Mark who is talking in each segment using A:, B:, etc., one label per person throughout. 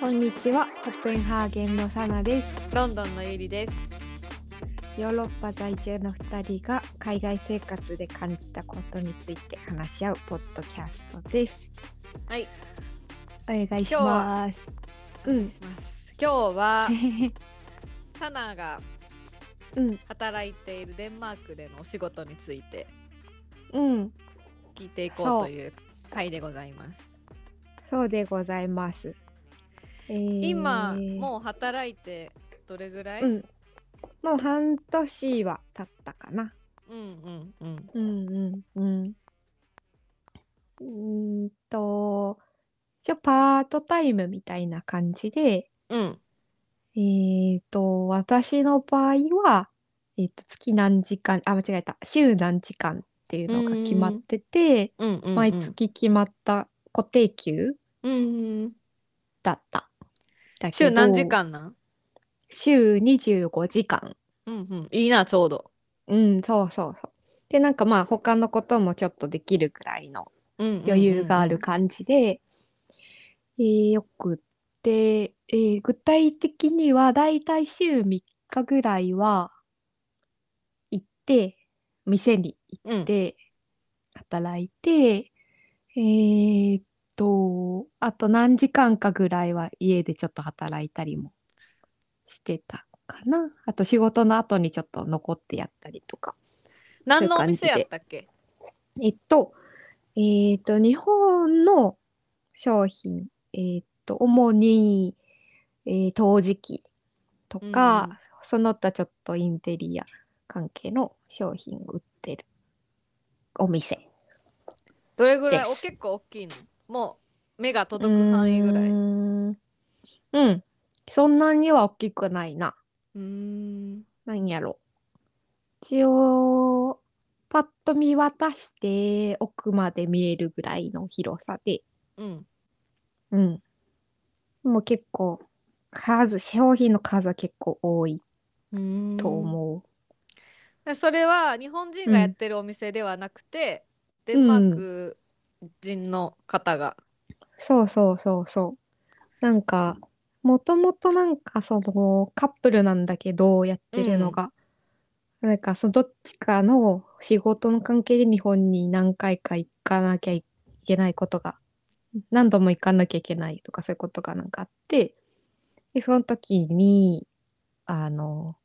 A: こんにちは、コペンハーゲンのサナです。
B: ロンドンのゆりです。
A: ヨーロッパ在住の2人が海外生活で感じたことについて話し合うポッドキャストです。
B: はい、
A: お願いします。う
B: お願
A: ん
B: い。します。今日は
A: う
B: サナが
A: ん、
B: 働いているデンマークでのお仕事について
A: うん、
B: 聞いてい
A: そ
B: こ
A: う
B: うという回でございます。
A: そうでございます。えー
B: 今もう働いてどれぐらい？
A: う、ん、もう半年は経ったかな。
B: うん、うん、うん。
A: うんうんうん。うーんと、一応パートタイムみたいな感じで、
B: うん、
A: えーと、私の場合は、えーと、月何時間、あ、間違えた、週何時間っていうのが決まってて、
B: うん、うん。
A: 毎。月決まった固定給
B: うん、うん。
A: だった。だけ
B: 週何時
A: ど
B: 間なん？
A: 週25時間。
B: うん、うん。いいなちょうど。
A: うん、そうそうそう。で、なんかまあ、他のこともちょっとできるくらいの
B: うん
A: 余裕がある。感じで、えーよくって、えー具体的にはだいたい週3日ぐらいは行って店に行
B: うん、うん
A: っ。て働いて、えーっとあと何時間かぐらいは家でちょっと働いたりもしてたかなあと仕事の後にちょっと残ってやったりとか
B: 何のお
A: そう
B: 店
A: いう感じで
B: やったっけ？
A: えっと、えーと、日本の商品、えーと、主に、えー陶磁器とか、
B: うん
A: その他ちょっとインテリア関係の商品を売ってるお店。
B: どれぐらい？
A: で
B: お
A: す
B: 結構大きいの。もう目が届く範囲ぐらい。
A: うー。
B: うん
A: うん。そんなには大きくないな。
B: ーん。
A: なんやろ。一応、パッと見渡して奥まで見えるぐらいの広さで、
B: うん。
A: うん。もう結構、数、商品の数は結構多いう
B: ーん
A: と思
B: でそれは日本人がやってるお店ではなくて、デンマーク人の方が。
A: う。そうそうそうそう。なんか、もともとなんかそのカップルなんだけど、やってるのが、なんかそのどっちかの仕事の関係で日本に何回か行かなきゃいけないことが、何度も行かなきゃいけないとかそういうことがなんかあって、で、その時に、あの、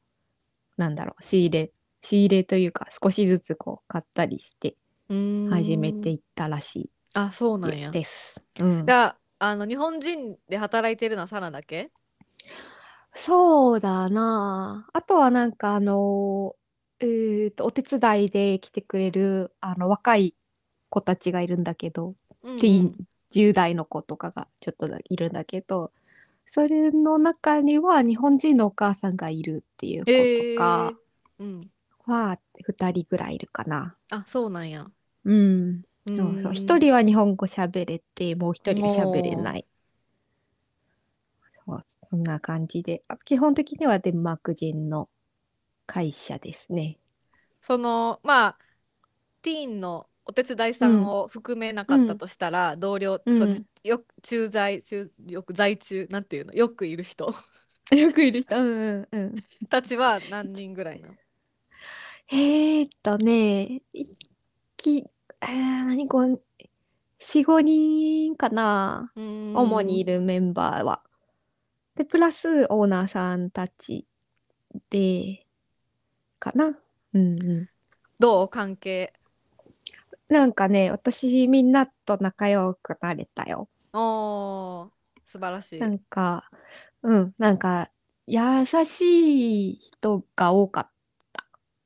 A: なんだろう、仕入れ、仕入れというか少しずつこう買ったりして始
B: 始
A: めていったらし
B: あそうなん
A: い
B: や。
A: です。うん
B: があの日本人で働いてるのはサナだけ
A: そうだなあ。あとはなんかあのえーとお手伝いで来てくれるあの若い子たちがいるんだけど、
B: うん
A: ティーン10代の子とかがちょっといるんだけどそれの中には日本人のお母さんがいるっていう子
B: え
A: とか
B: ーうん、
A: は2人ぐらいいるかな。
B: あそうなんや。
A: うん、
B: う
A: そう
B: ー
A: そうん1人は日本語喋れてもう1人は喋れないそうそんな感じであ基本的にはデンマーク人の会社ですね
B: そのまあティーンのお手伝いさんを含めなかったとしたら、同僚、
A: うん
B: そうよ駐在駐よく在中なんていうのよくいる人
A: よくいる人うんうんうん
B: たちは何人ぐらいなの
A: えー、っとねいきえー何こ45人かな主にい
B: る。
A: るメンバーは。で、プラスオーナーさんたちで、かな。うんうん。
B: どう関係。
A: なんかね、私みんなと仲良くなれたよ。
B: おー素晴らしい。
A: なんか、うん、なんか、優しい人が多かっ多分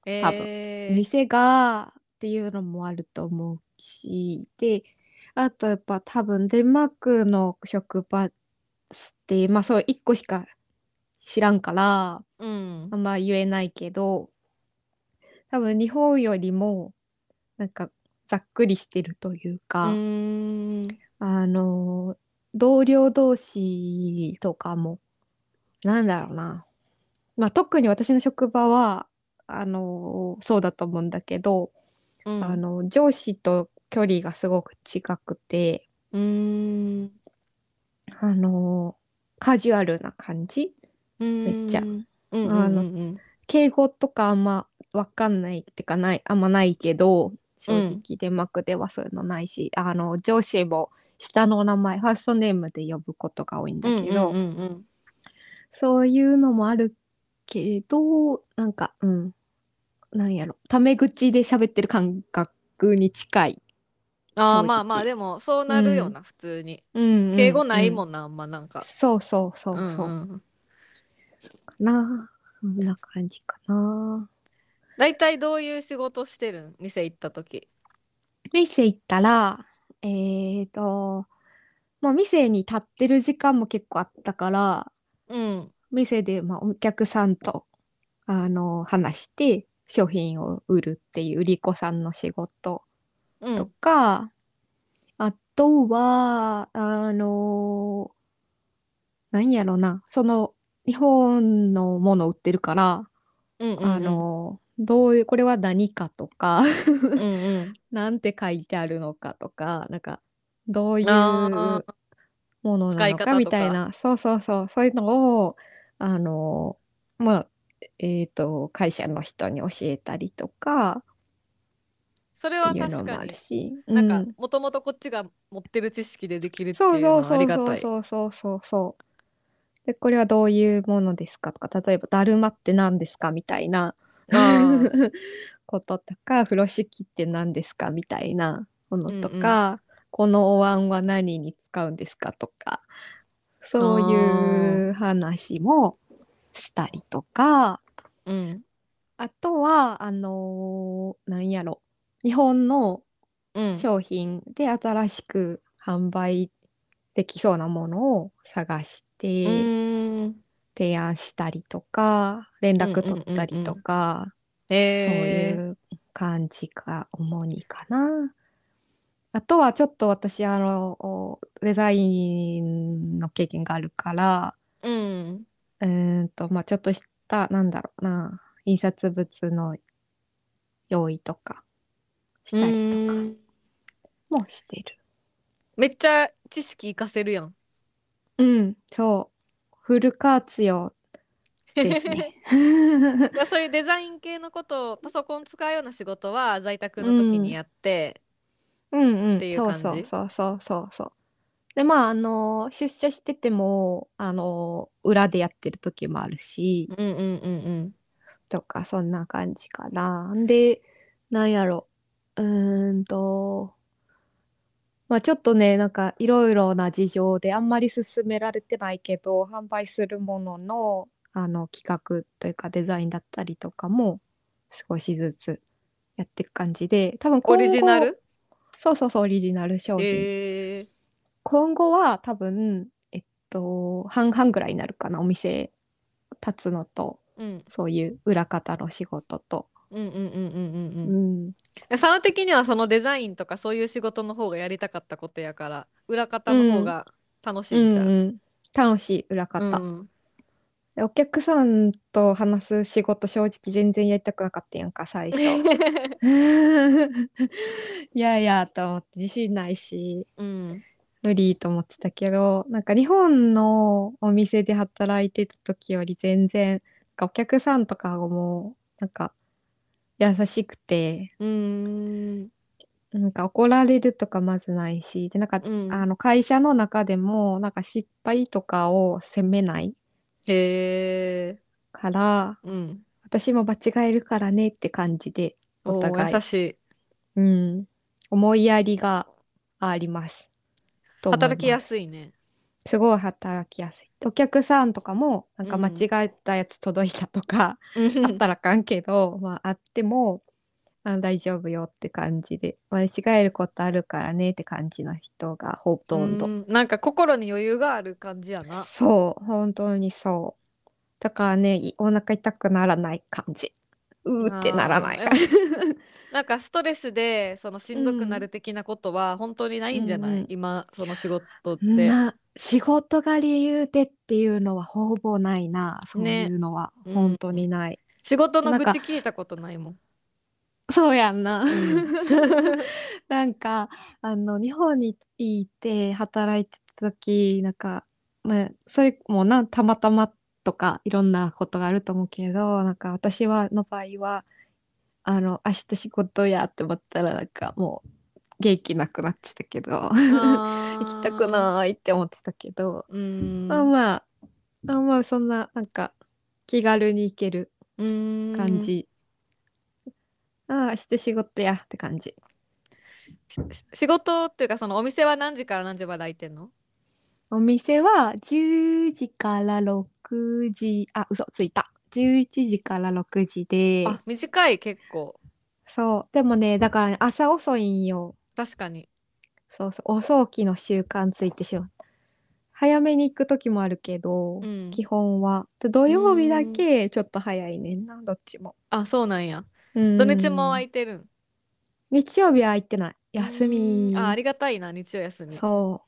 B: え
A: た。
B: ー
A: 店がっていうのもあると思うし、で、あとやっぱ多分デンマークの職場って、まあそう、一個しか知らんから、
B: うん
A: あんま言えないけど多分日本よりもなんかざっくりしてるという
B: う
A: か、
B: ーん
A: あの同僚同士とかもなんだろうな、まあ、特に私の職場はあのそうだと思うんだけど、
B: うん
A: あの上司と距離がすごく近くて
B: うーん
A: あのカジュアルな感じっ
B: め
A: ちゃ
B: うんうんうん
A: あの
B: うん
A: 敬語とかあんま分かんないってかないあんまないけど正直デンマークではそういうのないし、あの上司も下の名前ファーストネームで呼ぶことが多いんだけど、
B: うんうんうん
A: そういうのもあるけどなんかうんなんやろタメ口で喋ってる感覚に近い。
B: あ
A: 正
B: あ
A: 直
B: まあまあでもそうなるよな、普通に
A: うんうん
B: 敬語ないも
A: うん
B: んな、あんまなんか
A: そうそうそうそう、
B: んん
A: かなこんな感じかな
B: 大体どういう仕事してるん店行った時
A: 店行ったらえーとまあ店に立ってる時間も結構あったから
B: うん
A: 店でまあお客さんとあの話して商品を売るっていう売り子さんの仕事
B: う
A: と
B: ん
A: か、あとはあのなんやろなその日本のものを売ってるから
B: うんうん
A: あの、どういう、これは何かとか、
B: うんうん
A: なんて書いてあるのかとか、なんか、どういう
B: あ
A: もの
B: 使
A: ないの
B: 方と
A: か
B: か
A: みたいな、そうそうそう、そういうのを、あの、まあ、えっ、と、会社の人に教えたりとか
B: それ
A: っ
B: は
A: ていうの
B: 確
A: も
B: か
A: ある
B: に
A: し、
B: なん
A: う
B: か
A: ん
B: もともとこっちが持ってる知識でできるって
A: そ
B: いううの
A: そう
B: はあ
A: そ
B: り
A: う
B: が
A: そ
B: た
A: う
B: い
A: そうそうそうそう。で、これはどういうものですかとか、例えば、だるまって何ですかみたいな。
B: あー
A: こととか風呂敷って何ですかみたいなものとか、このお椀は何に使うんですかとかそういう話もしたりとか
B: うん
A: あとはあのーなんやろ日本の
B: うん
A: 商品で新しく販売できそうなものを探して。
B: うーん
A: 提案したりとか連絡取った
B: うんうんうんうん
A: りとか、
B: え
A: そういう感じが主にかな。あとはちょっと私あのおデザインの経験があるから
B: ーうん
A: うーんとまあちょっとしたなんだろうな印刷物の用意とかした
B: う
A: りと
B: ー
A: か
B: ん
A: もしてる。
B: めっちゃ知識活かせるやん
A: うん、そうフル活用です ね。
B: だからそういうデザイン系のことをパソコン使うような仕事は在宅の時にやって、
A: うんうん、
B: っていう感じ
A: そうそうそうそうそうそう。でまああの出社しててもあの裏でやってる時もあるし
B: うん、うんうん
A: とかそんな感じかな。でなんやろうーんとまあちょっとねなんかいろいろな事情であんまり進められてないけど販売するもののあの企画というかデザインだったりとかも少しずつやっていく感じで多分
B: オ
A: 今後
B: リジナル
A: そうそうそうオリジナル商品。
B: え
A: 今後は多分、えっと、半々ぐらいになるかな、お店立つのと、
B: ーうん、
A: そういう裏方の仕事と。
B: うんうんうんうんうん
A: う
B: うん
A: ん。
B: えサナ的にはそのデザインとかそういう仕事の方がやりたかったことやから裏方の方が楽しいんじゃ
A: うん
B: ん
A: うん楽しい裏方、
B: うん
A: でお客さんと話す仕事、正直全然やりたくなかったやんか、最初。いやいや、と思って、自信ないし、
B: うん
A: 無理と思ってたけど、なんか日本のお店で働いてた時より全然、なんかお客さんとかも、なんか優しくて、
B: うーん
A: なんか怒られるとかまずないし、で、なんか、
B: うん
A: あの会社の中でも、なんか失敗とかを責めない
B: え
A: から、
B: ーうん
A: 私も間違えるからねって感じで、お
B: お
A: 互い
B: ー優しい
A: うん、思いやりがあります。と思います
B: 働きやすいね
A: すごい働きやすい。お客さんとかもなんか間違えたやつ届いたとか、
B: うん
A: あったらあかんけど、まああってもあ大丈夫よって感じで間違えることあるからねって感じの人がほとんど。
B: うんなんか心に余裕がある感じやな
A: そう本当にそう。だからねいお腹痛くならない感じ。うーってならない感じ。
B: なんかストレスでそのしんどくなる的なことは本当にないんじゃない、
A: うんうん
B: 今その仕事って、
A: な仕事が理由でっていうのはほぼないなそういうのは、
B: ね
A: 本当にない。
B: 仕事の
A: なん
B: 愚
A: か
B: 痴聞いたことないもん
A: そうやんな。
B: うん
A: なんかあの日本にいて働いてた時なんか、まあ、それもなたまたまとかいろんなことがあると思うけどなんか私はの場合はあの明日仕事やって思ったらなんかもう元気なくなってたけど行
B: 行
A: きたくないって思ってたけど、
B: うん
A: まあまあまあまあそんななんか気軽に行ける感
B: 感
A: じ、ああ明日仕事やって感じ。
B: 仕事っていうかそのお店は何時から何時まで開いてんの
A: お店は10時から6時、あ、嘘、ついた。11時から6時で、
B: あ短い結構
A: そう、でもね、だからね、朝遅いんよ。
B: 確かに
A: そうそう、遅起きの習慣ついてしまう。早めに行く時もあるけど、
B: うん
A: 基本は。で土曜日だけちょっと早いねんな、どっちも。
B: あそうなんや
A: 土
B: 土日も空いてるん
A: 日曜日は空いてない。休み。
B: うんあありがたいな日曜休み
A: そう。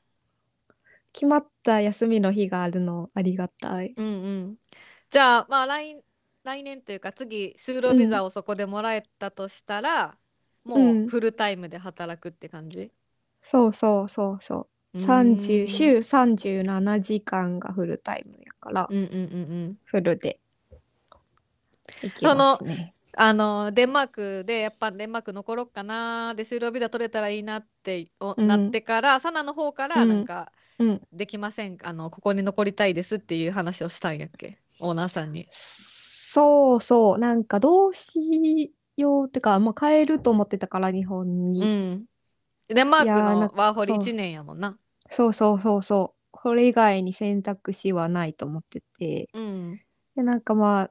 A: 決まった休みの日があるのありがたい。
B: うんうんじゃあまあ来来年というか次就労ビザをそこでもらえたとしたら、
A: う
B: も
A: ん
B: うフルタイムで働くって感じ、
A: そうそうそうそう。
B: う
A: 30
B: ん
A: 週37時間がフルタイムやから、
B: うんうんうんうん
A: フルでいけますね。
B: あのデンマークでやっぱデンマーク残ろっかなで就労ビザ取れたらいいなってお
A: うん
B: なってから、サナの方から
A: うん
B: なんか、
A: うん
B: できませんあのここに残りたいですっていう話をしたんやっけオーナーさんに。
A: そうそうなんかどうしようってか、まあ、帰ると思ってたから日本に、
B: うん、デンマーク
A: いやーなん
B: の
A: か
B: ワーホリ
A: そう
B: 1年やもんな。
A: そうそうそうそうこれ以外に選択肢はないと思ってて
B: うん
A: でなんかま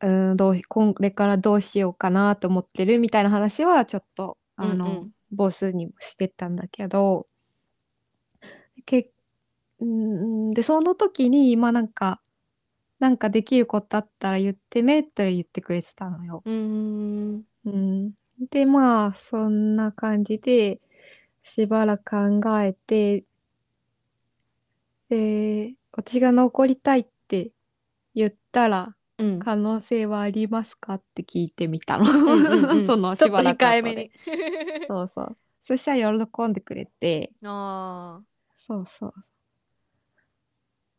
A: あうんどうこれからどうしようかなと思ってるみたいな話はちょっとあの、
B: うんうん
A: ボスにもしてたんだけどけうんでその時にまあなんかなんかできることあったら言ってねって言ってくれてたのよ。
B: うん
A: うん、でまあそんな感じでしばらく考えてで私が残りたいって言ったら
B: うん
A: 可能性はありますかって聞いてみたの。
B: う んうんうん
A: その
B: ち
A: し
B: ょっと
A: ばらく後
B: 控え
A: で
B: めに。
A: そうそう。そしたら喜んでくれて、
B: あー
A: そうそう。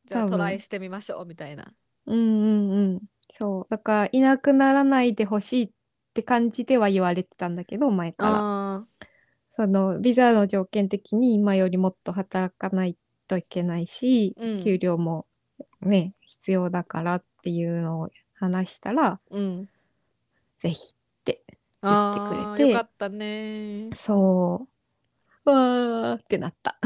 B: じゃ
A: 多
B: あ
A: 分
B: トライしてみましょうみたいな。
A: うんうんうん。そう。だから、いなくならないでほしいって感じでは言われてたんだけど、前から。
B: あ
A: その、ビザの条件的に今よりもっと働かないといけないし、
B: うん
A: 給料もね、必要だからっていうのを話したら、
B: ーうん、
A: ぜひ。
B: あ
A: 言ってくれて
B: ーよかったね。
A: そう。わーってなった。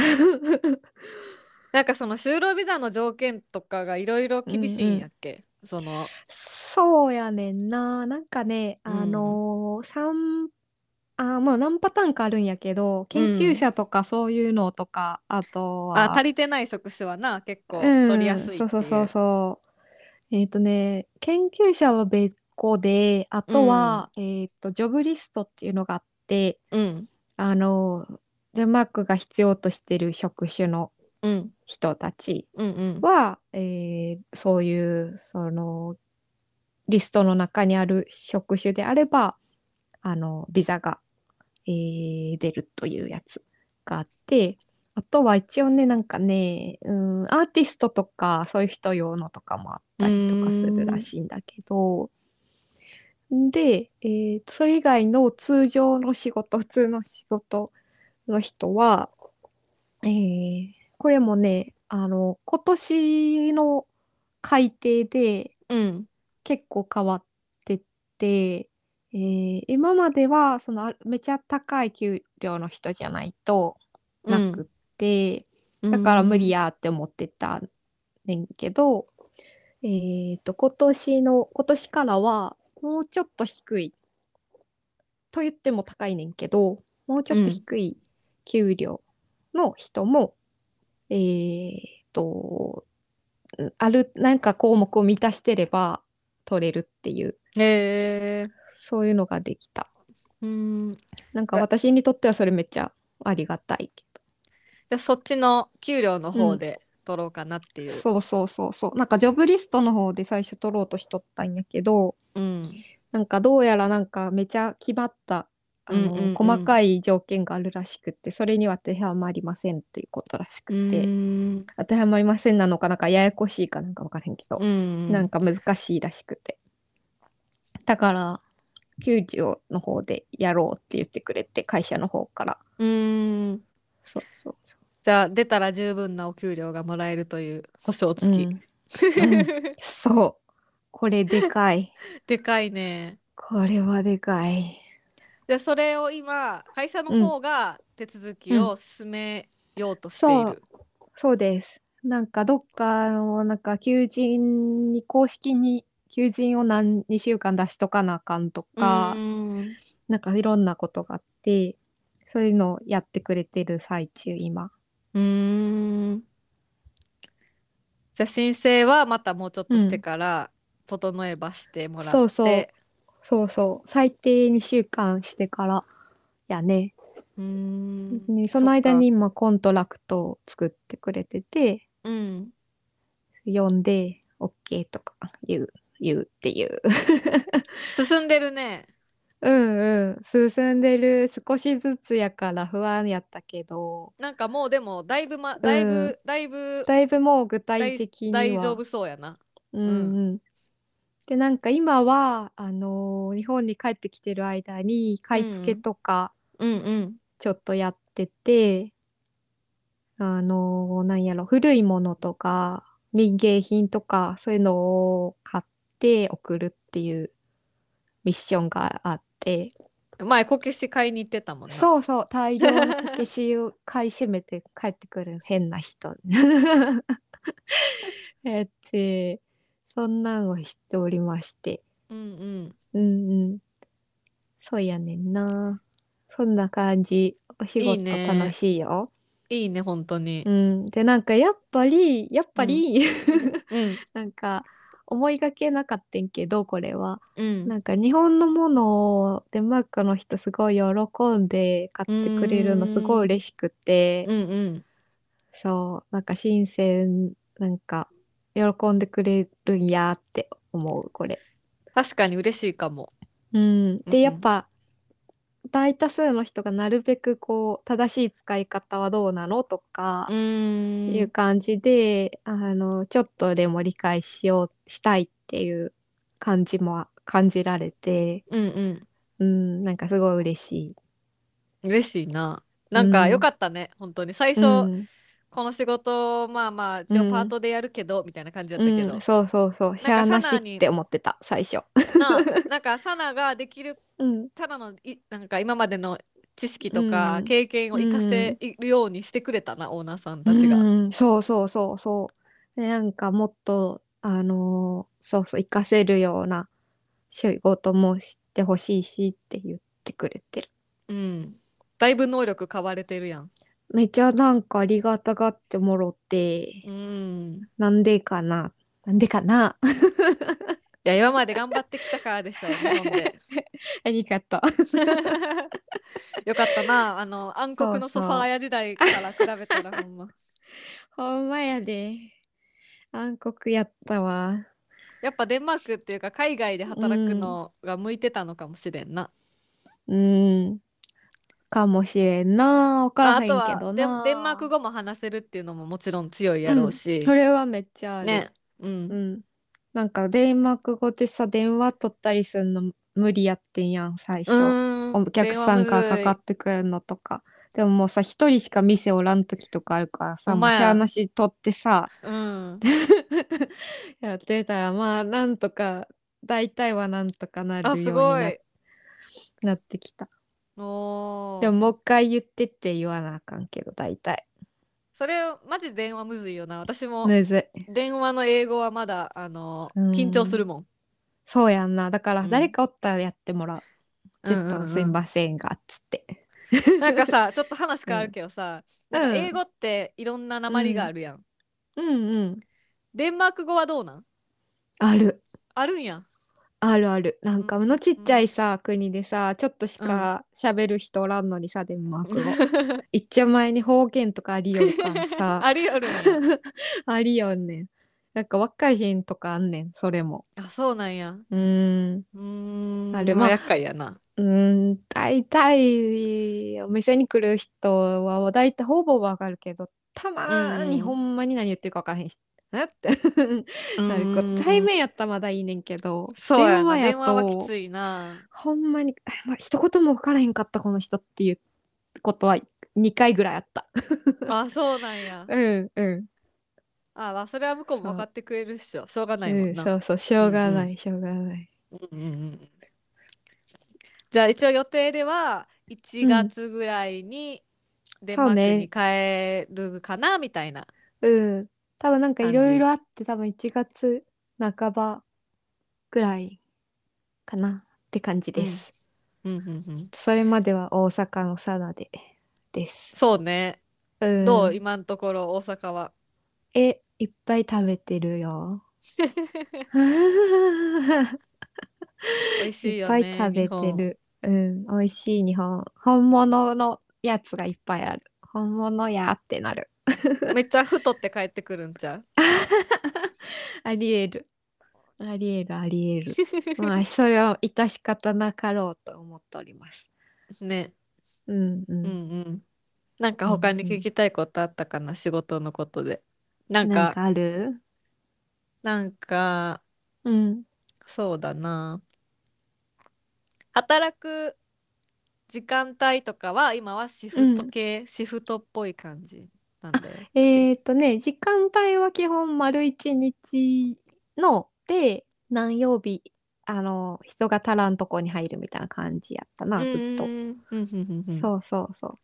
B: なんかその就労ビザの条件とかがいろいろ厳しいんやっけ、その
A: そうやねんな。なんかね、
B: うん
A: あのー、三あー、まあ何パターンかあるんやけど、研究者とかそういうのとか、あと
B: あ
A: は、
B: 足りてない職種はな結構
A: うん、
B: 取りやすいっていう。
A: そうそうそうそう。えっとね、研究者は別個で、あとは、えっと、ジョブリストっていうのがあって、
B: うん
A: あのー、デンマークが必要としてる職種の
B: うん
A: 人たち。
B: うんうん。
A: は、えーそういうそのリストの中にある職種であればあのビザが、えー出るというやつがあってあとは一応ねなんかねうんアーティストとかそういう人用のとかもあったりとかするらしいんだけどで、えーそれ以外の通常の仕事普通の仕事の人は、えーこれもね、あの、今年の改定で
B: うん
A: 結構変わってって、えー今まではそのあめちゃ高い給料の人じゃないとなくって、だから無理。やって思ってたねんけど、えっと、今年の、今年からはもうちょっと低い。と言っても高いねんけど、もうちょっと低い給料の人も、えーっと、うんある、なんか項目を満たしてれば取れるっていう、
B: うんへえ
A: そういうのができた。
B: うん。じ
A: なんか私にとってはそれめっちゃありがたいけど。
B: ゃあそっちの給料の方で取ろうかなっていう。
A: そうそうそうそう。なんかジョブリストの方で最初取ろうとしとったんやけど、
B: うん
A: なんかどうやらなんかめちゃ決まったあの、
B: うんうんうん
A: 細かい条件があるらしくってそれには当てはまりませんっていうことらし
B: う
A: くて、
B: ん
A: 当てはまりませんなのかなんかややこしいかなんか分からへんけど、
B: うん
A: なんか難しいらしくてだから九条の方でやろうって言ってくれて会社の方から
B: うん
A: そうそうそ
B: じゃあ出たら十分なお給料がもらえるという保証
A: う、
B: 付き、
A: うんそうこれでかい
B: でかいね
A: これはでかい
B: でそれを今会社の方が手続きを進めようとしている、
A: そうですなんかどっかのなんか求人に公式に求人を何2週間出しとかなあかんとか、
B: うん
A: なんかいろんなことがあってそういうのをやってくれてる最中今
B: うーんじゃあ申請はまたもうちょっとしてから整えばしてもらって、
A: そうそうそうそう最低2週間してからやね、
B: うーん
A: ねその間
B: っ
A: に今コントラクトを作ってくれてて
B: かうん
A: 読んで OK とか言う言うっていう
B: 進んでるね
A: うんうん進んでる少しずつやから不安やったけど
B: なんかもうでもだいぶまだいぶ、
A: うん
B: だいぶ
A: だいぶもう具体的には
B: 大大丈夫そうやな
A: うんうんでなんか今はあのー日本に帰ってきてる間に買い付けとか、
B: うんうん
A: ちょっとやってて、あの、なんやろ、古いものとか、民芸品とか、そういうのを買って送るっていうミッションがあって、
B: 前こけし買いに行ってたもんな
A: そうそう、大量のこけしを買い占めて帰ってくる変な人。 えって、そんなんをしておりまして。
B: うんうん
A: うんうん。そうやねんな。そんな感じ。お仕
B: いい
A: 事
B: ね
A: 楽しいよ。
B: いいね本当に
A: うん、でなんかやっぱりやっぱり、
B: うん
A: なんか思いがけなかったんけどこれは、
B: うん
A: なんか日本のものをデンマークの人すごい喜んで買ってくれるのすごい嬉しくて、
B: うんうん
A: そうなんか新鮮なんか喜んでくれるんやって思うこれ。
B: 確かに嬉しいかも
A: うん、
B: うん
A: でやっぱ大多数の人がなるべくこう正しい使い方はどうなのとか。
B: うーん
A: いう感じで、あのちょっとでも理解しようしたいっていう感じも感じられて、
B: うんうん
A: うん、なんかすごい嬉しい。
B: 嬉しいな。なんか
A: うん
B: 良かったね、本当に。最初、
A: うん
B: この仕事をまあまあ一応パートでやるけど、みたいな感じだったけ
A: う
B: ど
A: ん、そうそうそう、しゃあ
B: な
A: な
B: んかさ
A: し
B: ら
A: っ
B: に
A: て思ってた最初。
B: ななんかサナができる
A: うん、
B: ただのいなんか今までの知識とか
A: うん
B: 経験を生かせるようにしてくれたな、オーナーさんたちが。
A: うん、そうそうそうそう。でなんかもっとあのーそうそう活かせるような仕事もしてほしいしって言ってくれてる。
B: うんだいぶ能力買われてるやん。
A: めっちゃなんかありがたがってもろて、
B: うん、い
A: なんでかななんでかな
B: や今まで頑張ってきたからでしょ日本で。
A: ありがとう。
B: よかったなあの暗黒のソファー屋時代から比べたらほんま。
A: ほんまやで。暗黒やったわ。
B: やっぱデンマークっていうか海外で働くのが向いてたのかもしれんな。
A: うん。かもしれんな。わから
B: あ
A: へん
B: と
A: けど
B: はデン
A: な。
B: デンマーク語も話せるっていうのももちろん強いやろうし。
A: それはめっちゃある。
B: ね。うん
A: う。ん。なんかデンマーク語ってさ、電話取ったりするの無理やってんやん、最初。
B: うん
A: お客さんからかかってくるのとか。でももうさ、一人しか店おらん時とかあるからさ、
B: ほん
A: もう
B: ま
A: し
B: や
A: ゃあなし取ってさ、
B: うん。
A: やってたらまあなんとか大体はなんとかな
B: あ
A: る
B: す
A: よう
B: ご。
A: にないなってきた
B: お
A: でももう一回言ってって言わなあかんけど大体
B: それマジ電話むずいよな。私も
A: むずい
B: 電話の英語はまだあの
A: うん
B: 緊張するもん。
A: そうやんなだから
B: うん
A: 誰かおったらやってもらう、ちょっとすい
B: せ
A: ませんがっつって
B: ん。なんかさちょっと話変わるけどさ、
A: うん
B: なんか英語っていろんな訛りがあるやん。
A: うんうん
B: デンマーク語はどうなん？
A: ある
B: あるんや。
A: あるあるなんかあのちっちゃ
B: う
A: いさ国でさちょっとしか喋る人おらんのにさデンマーク 語いっ ちゃ前に方言とかありようからさ
B: ありよるんや
A: ありよんねん。なんか分かれへんとかあんねん、それも。
B: あそうなんや
A: うーん。
B: うーん
A: あれ
B: ま
A: ま
B: あ
A: あ
B: 厄介やな
A: うーん、大体、お店に来る人は、大体ほぼわかるけど、たまー
B: うんうん
A: にほんまに何言ってるかわからへんし、えって なる
B: うん
A: 子。対面やったらまだいいねんけど、
B: そうや
A: 電
B: な
A: 話や
B: 電話はき
A: と、
B: ついな
A: ほんまに、あまあ、一言もわからへんかった、この人っていうことは2回ぐらいあった。
B: あそうなんや
A: うん、うん。
B: あまあそれは向こうも分かってくれるっしょしょうがないも
A: うんん、
B: な、
A: そうそう、しょうが
B: う
A: なんい、しょうがない。
B: うんうんうんじゃあ一応予定では1月ぐらいにデンマークに帰るかなみたいな、
A: うん。多分なんか
B: 感
A: い
B: じ
A: ろいろあって、多分1月半ばぐらいかなって感じです。
B: うんうんうん、
A: それまでは大阪のサナでです。
B: そうね、
A: うん。
B: どう今のところ大阪は
A: え、いっぱい食べてるよ。
B: 美味し
A: い
B: い
A: っ
B: よ
A: ぱ
B: ね
A: い食べて
B: 日本
A: る。うん、美味しい日本。本物のやつがいっぱいある。本物やってなる。
B: めっちゃ太って帰ってくるんちゃう
A: ありえる。ありえる、ありえ る。 まあ、それは致し方なかろうと思っております。
B: ね
A: うんう。
B: うんんうんなんか他に聞きたいことあったかな仕事のことでなん
A: なん
B: か
A: かある
B: なんか
A: うん。
B: そうだな働く時間帯とかは今はシフト系、シフトっぽい感じなんだよ
A: えっ、ー、とね、時間帯は基本丸一日ので、何曜日、あの、人が足らんとこに入るみたいな感じやったな、ずっと。
B: と
A: そうそうそう。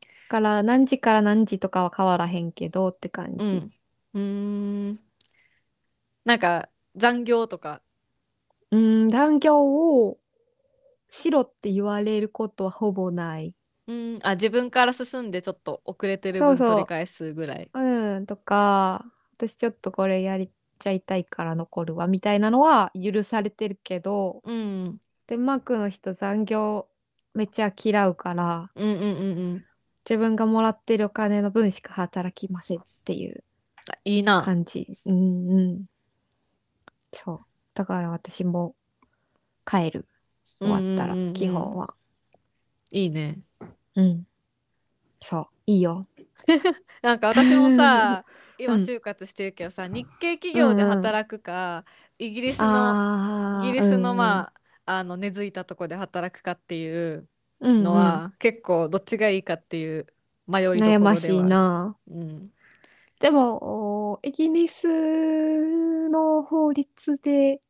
A: だから、何時から何時とかは変わらへんけどって感
B: う
A: じ。
B: んうーんなんか残業とか
A: うん、残業をしろって言われることはほぼない。
B: うんあ自分から進んでちょっと遅れてる分
A: そうそう
B: 取り返すぐらい
A: うん、とか、私ちょっとこれやりちゃいたいから残るわみたいなのは許されてるけど、
B: うん
A: デンマークの人残業めっちゃ嫌うから、
B: うんうんうんうん
A: 自分がもらってるお金の分しか働きませんっていう
B: あいいな
A: 感じ。うんうん。そう。だから私も帰る。終わったら
B: うんうんうんう、ん
A: 基本は。
B: いいね
A: うん。そう。いいよ。
B: なんか私もさ今
A: うん
B: 就活してるけどさ、日系企業で働くか、イギリスの
A: あー
B: イギリスの
A: あ、
B: まあ,、あの根付いたとこで働くかっていう
A: うんうん
B: のは、結構どっちがいいかっていう迷いどころでは
A: 悩
B: ある
A: ましい、な。
B: うん、
A: でも、おイギリスの法律で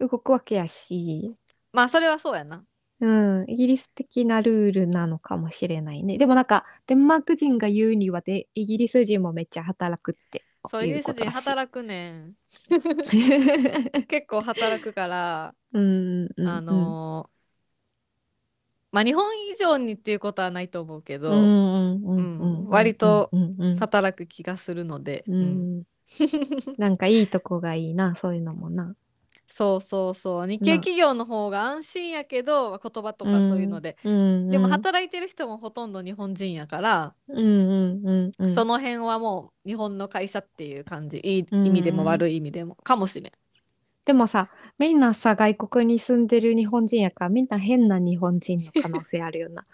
A: 動くわけやし、
B: まあそれはそうやな
A: うん、イギリス的なルールなのかもしれないね。でもなんか、デンマーク人が言うにはで、イギリス人もめっちゃ働くって
B: そうイギ
A: いう
B: リ
A: こ
B: ス
A: と
B: 人
A: らしい。
B: 働くねん
A: う
B: 結構働くから、
A: んうん
B: あのーまあ日本以上にっていうことはないと思うけ
A: う
B: ど、
A: んうんうんうんうん
B: うん割と
A: うんうん
B: 働く気がするので、
A: う
B: うん
A: んなんかいいとこがいいな、そういうのもな。
B: そうそうそう日系企業の方が安心やけど、まあ言葉とかそういうので、
A: うん
B: でも
A: うん
B: 働いてる人もほとんど日本人やから、
A: うんうんうん
B: その辺はもう日本の会社っていう感じいい
A: うん
B: 意味でも悪い意味でもかもしれん。
A: でもさ、みんなさ、外国に住んでる日本人やから、みんな変な日本人の可能性あるよ な。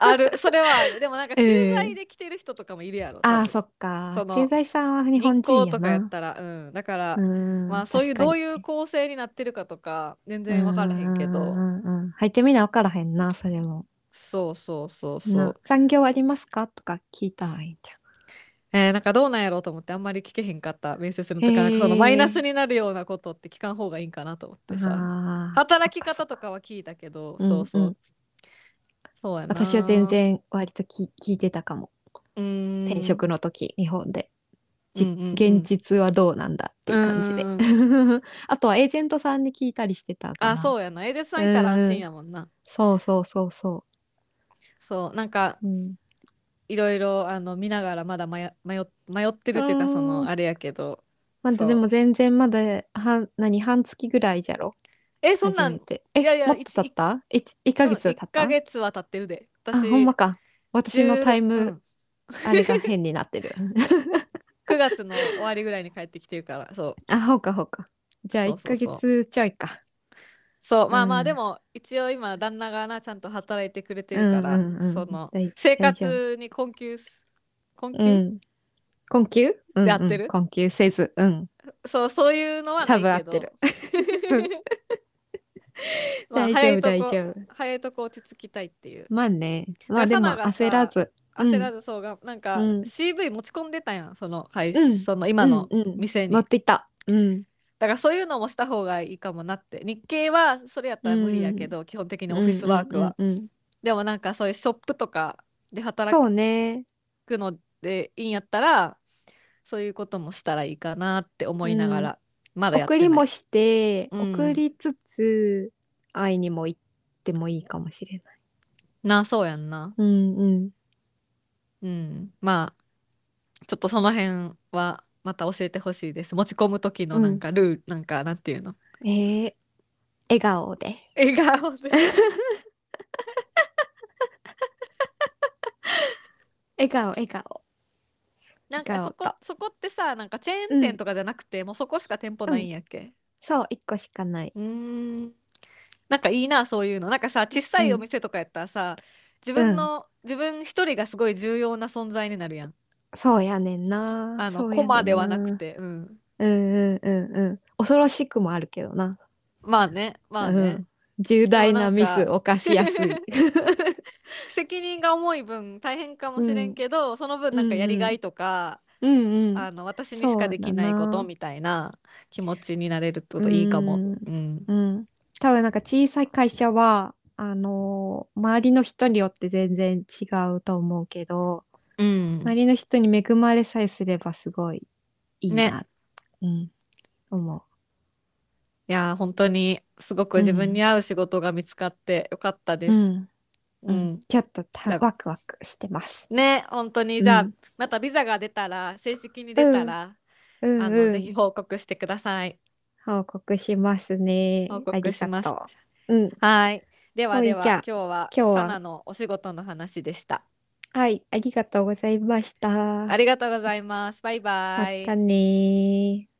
B: あるそれはあるで もなんか
A: ええ
B: 駐在で来てる人とかもいるやろ。
A: ああ、
B: 多分
A: そっか。
B: その
A: 駐在さんは日本
B: 銀行
A: 人
B: と
A: や
B: かや
A: な
B: っ。たらうんだから、
A: うん、
B: まあそういう
A: 確
B: ど
A: か
B: う
A: に
B: いう構成になってるかとか全然分からへんけ
A: う
B: ど
A: んうんうん入ってみな分からへんな、それも。
B: そうそうそうそ
A: な
B: う、
A: 残業ありますかとか聞いたらいいんじ
B: えーなんかどうなんやろうと思ってあんまり聞けへんかった面接の時はなん
A: へ
B: か
A: ー
B: そのマイナスになるようなことって聞かん方がいいんかなと思って
A: ゃん。
B: さ
A: ああ、
B: 働き方とかは聞いたけど
A: うん
B: そうそう、
A: うん
B: そうやな
A: 私は全然割とき聞いてたかも。
B: うん
A: 転職の時、日本で。
B: う
A: じ
B: んうんうん
A: 現実はどうなんだっていう感じで
B: うん。
A: あとはエージェントさんに聞いたりしてたかな。
B: あそうやなエージェントさんいたら安心やもんな、
A: そうそうそうそ
B: そうなんか
A: う。うん。
B: いろいろあの見ながらまだ迷迷迷ってるっていうか
A: うん
B: そのあれやけど
A: ま
B: そ
A: だ
B: う
A: でも全然まだ半何半月ぐらいじゃろ。
B: えそんなん
A: 初めてえ
B: いやいや
A: もっと経った？一一ヶ月経った？
B: 1ヶ月は経ってるで
A: あ
B: 私
A: ほんまか。私の
B: 16
A: タイ
B: う
A: ム
B: ん
A: あれが変になってる。
B: 9月の終わりぐらいに帰ってきてるから そう
A: あ、ほうかほうか。じゃあ、
B: そう
A: 1
B: そ
A: ヶ
B: うそう
A: 月ちょいか。
B: そうまあま
A: う
B: あ
A: ん
B: でも一応今旦那がなちゃんと働いてくれてるから、
A: うんうんうん
B: その
A: 大
B: 生
A: 大丈夫
B: 活に困窮す困
A: う
B: 窮、
A: ん。困窮うん
B: で合ってる
A: うん困窮せず。うん。
B: そうそういうのはないけど
A: 多分合って
B: まあ
A: 大
B: 早
A: 丈夫、
B: いとこ
A: 大丈夫。
B: 早いとこ落ち着きたいっていう
A: まあね。まあで
B: だ
A: も
B: からさ
A: 焦らず。うん
B: 焦らずそうが、なんか、
A: うん
B: CV 持ち込んでたやんその会、
A: うん
B: その今の
A: うんうん
B: 店に、
A: 持っ
B: だ
A: ていった。うん。
B: からそういうのもした方がいいかもなって日系はそれやったら無理やけど、基本的にオフィスワークは、
A: うんうんうんうん
B: でもなんかそういうショップとかで働
A: そうね。
B: くのでいいんやったらそういうこともしたらいいかなって思いながら、まだやって
A: 送
B: な
A: り
B: い
A: もして、
B: うん
A: 送りつつ、会いにも行ってもいいかもしれない。
B: なそうやんな
A: うんうん。
B: うんまあちょっとその辺はまた教えてほしいです持ち込む時のなんかルール、なんかなんていうの
A: えー、笑顔で。
B: 笑顔 で
A: 笑顔、笑顔。
B: なんか
A: 笑
B: そ
A: 顔
B: こ
A: か
B: そこってさなんかチェーン店とかじゃなくて、もうそこしか店舗ないんやっけ
A: そう、一個しかない。
B: うーんなんかいいなそういうのなんかさ小さいお店とかやったらさ、自分の、自分一人がすごい重要な存在になるやん
A: そうやねんな。
B: あ
A: そう
B: の
A: やねん
B: コマではなく。てうん
A: うんうんうんうん。恐ろしくもあるけどな。
B: まあねまあ
A: う
B: ね
A: ん、重大なミ
B: でもなん
A: ス
B: か
A: を犯しやす い。
B: 責任が重い分大変かもしれんけど、その分なんかやりがいとか、
A: うんうん。
B: あの私にしかできない
A: そう
B: こ
A: だ
B: と
A: な
B: みたいな気持ちになれるといいかも。
A: う
B: うんん
A: うん、多分なんか小さい会社はあのー周りの人によって全然違うと思うけど、
B: うん
A: 周りの人に恵まれさえすればすごいいいな、
B: ね
A: うん、思
B: いやー本当にすごく自分に合う仕事が見つかってよかった
A: う、
B: で
A: う
B: す。
A: ん
B: う
A: うんん、ちょっとた
B: だ
A: ワクワクしてます。
B: ね本当にじゃあ、
A: うん
B: またビザが出たら正式に出たら、
A: うん
B: あ
A: う
B: のぜひ
A: ん、
B: 報告してください。
A: 報告しますね。
B: 報
A: あ
B: 告
A: り
B: し
A: が
B: まし
A: と
B: た。
A: う。うん、
B: はい。では
A: はい
B: では
A: じゃ
B: 今
A: あ
B: 日は
A: 今日は
B: サナのお仕事の話でした。
A: はい、ありがとうございました。
B: ありがとうございます。バイバ
A: ま
B: イ。
A: たねー。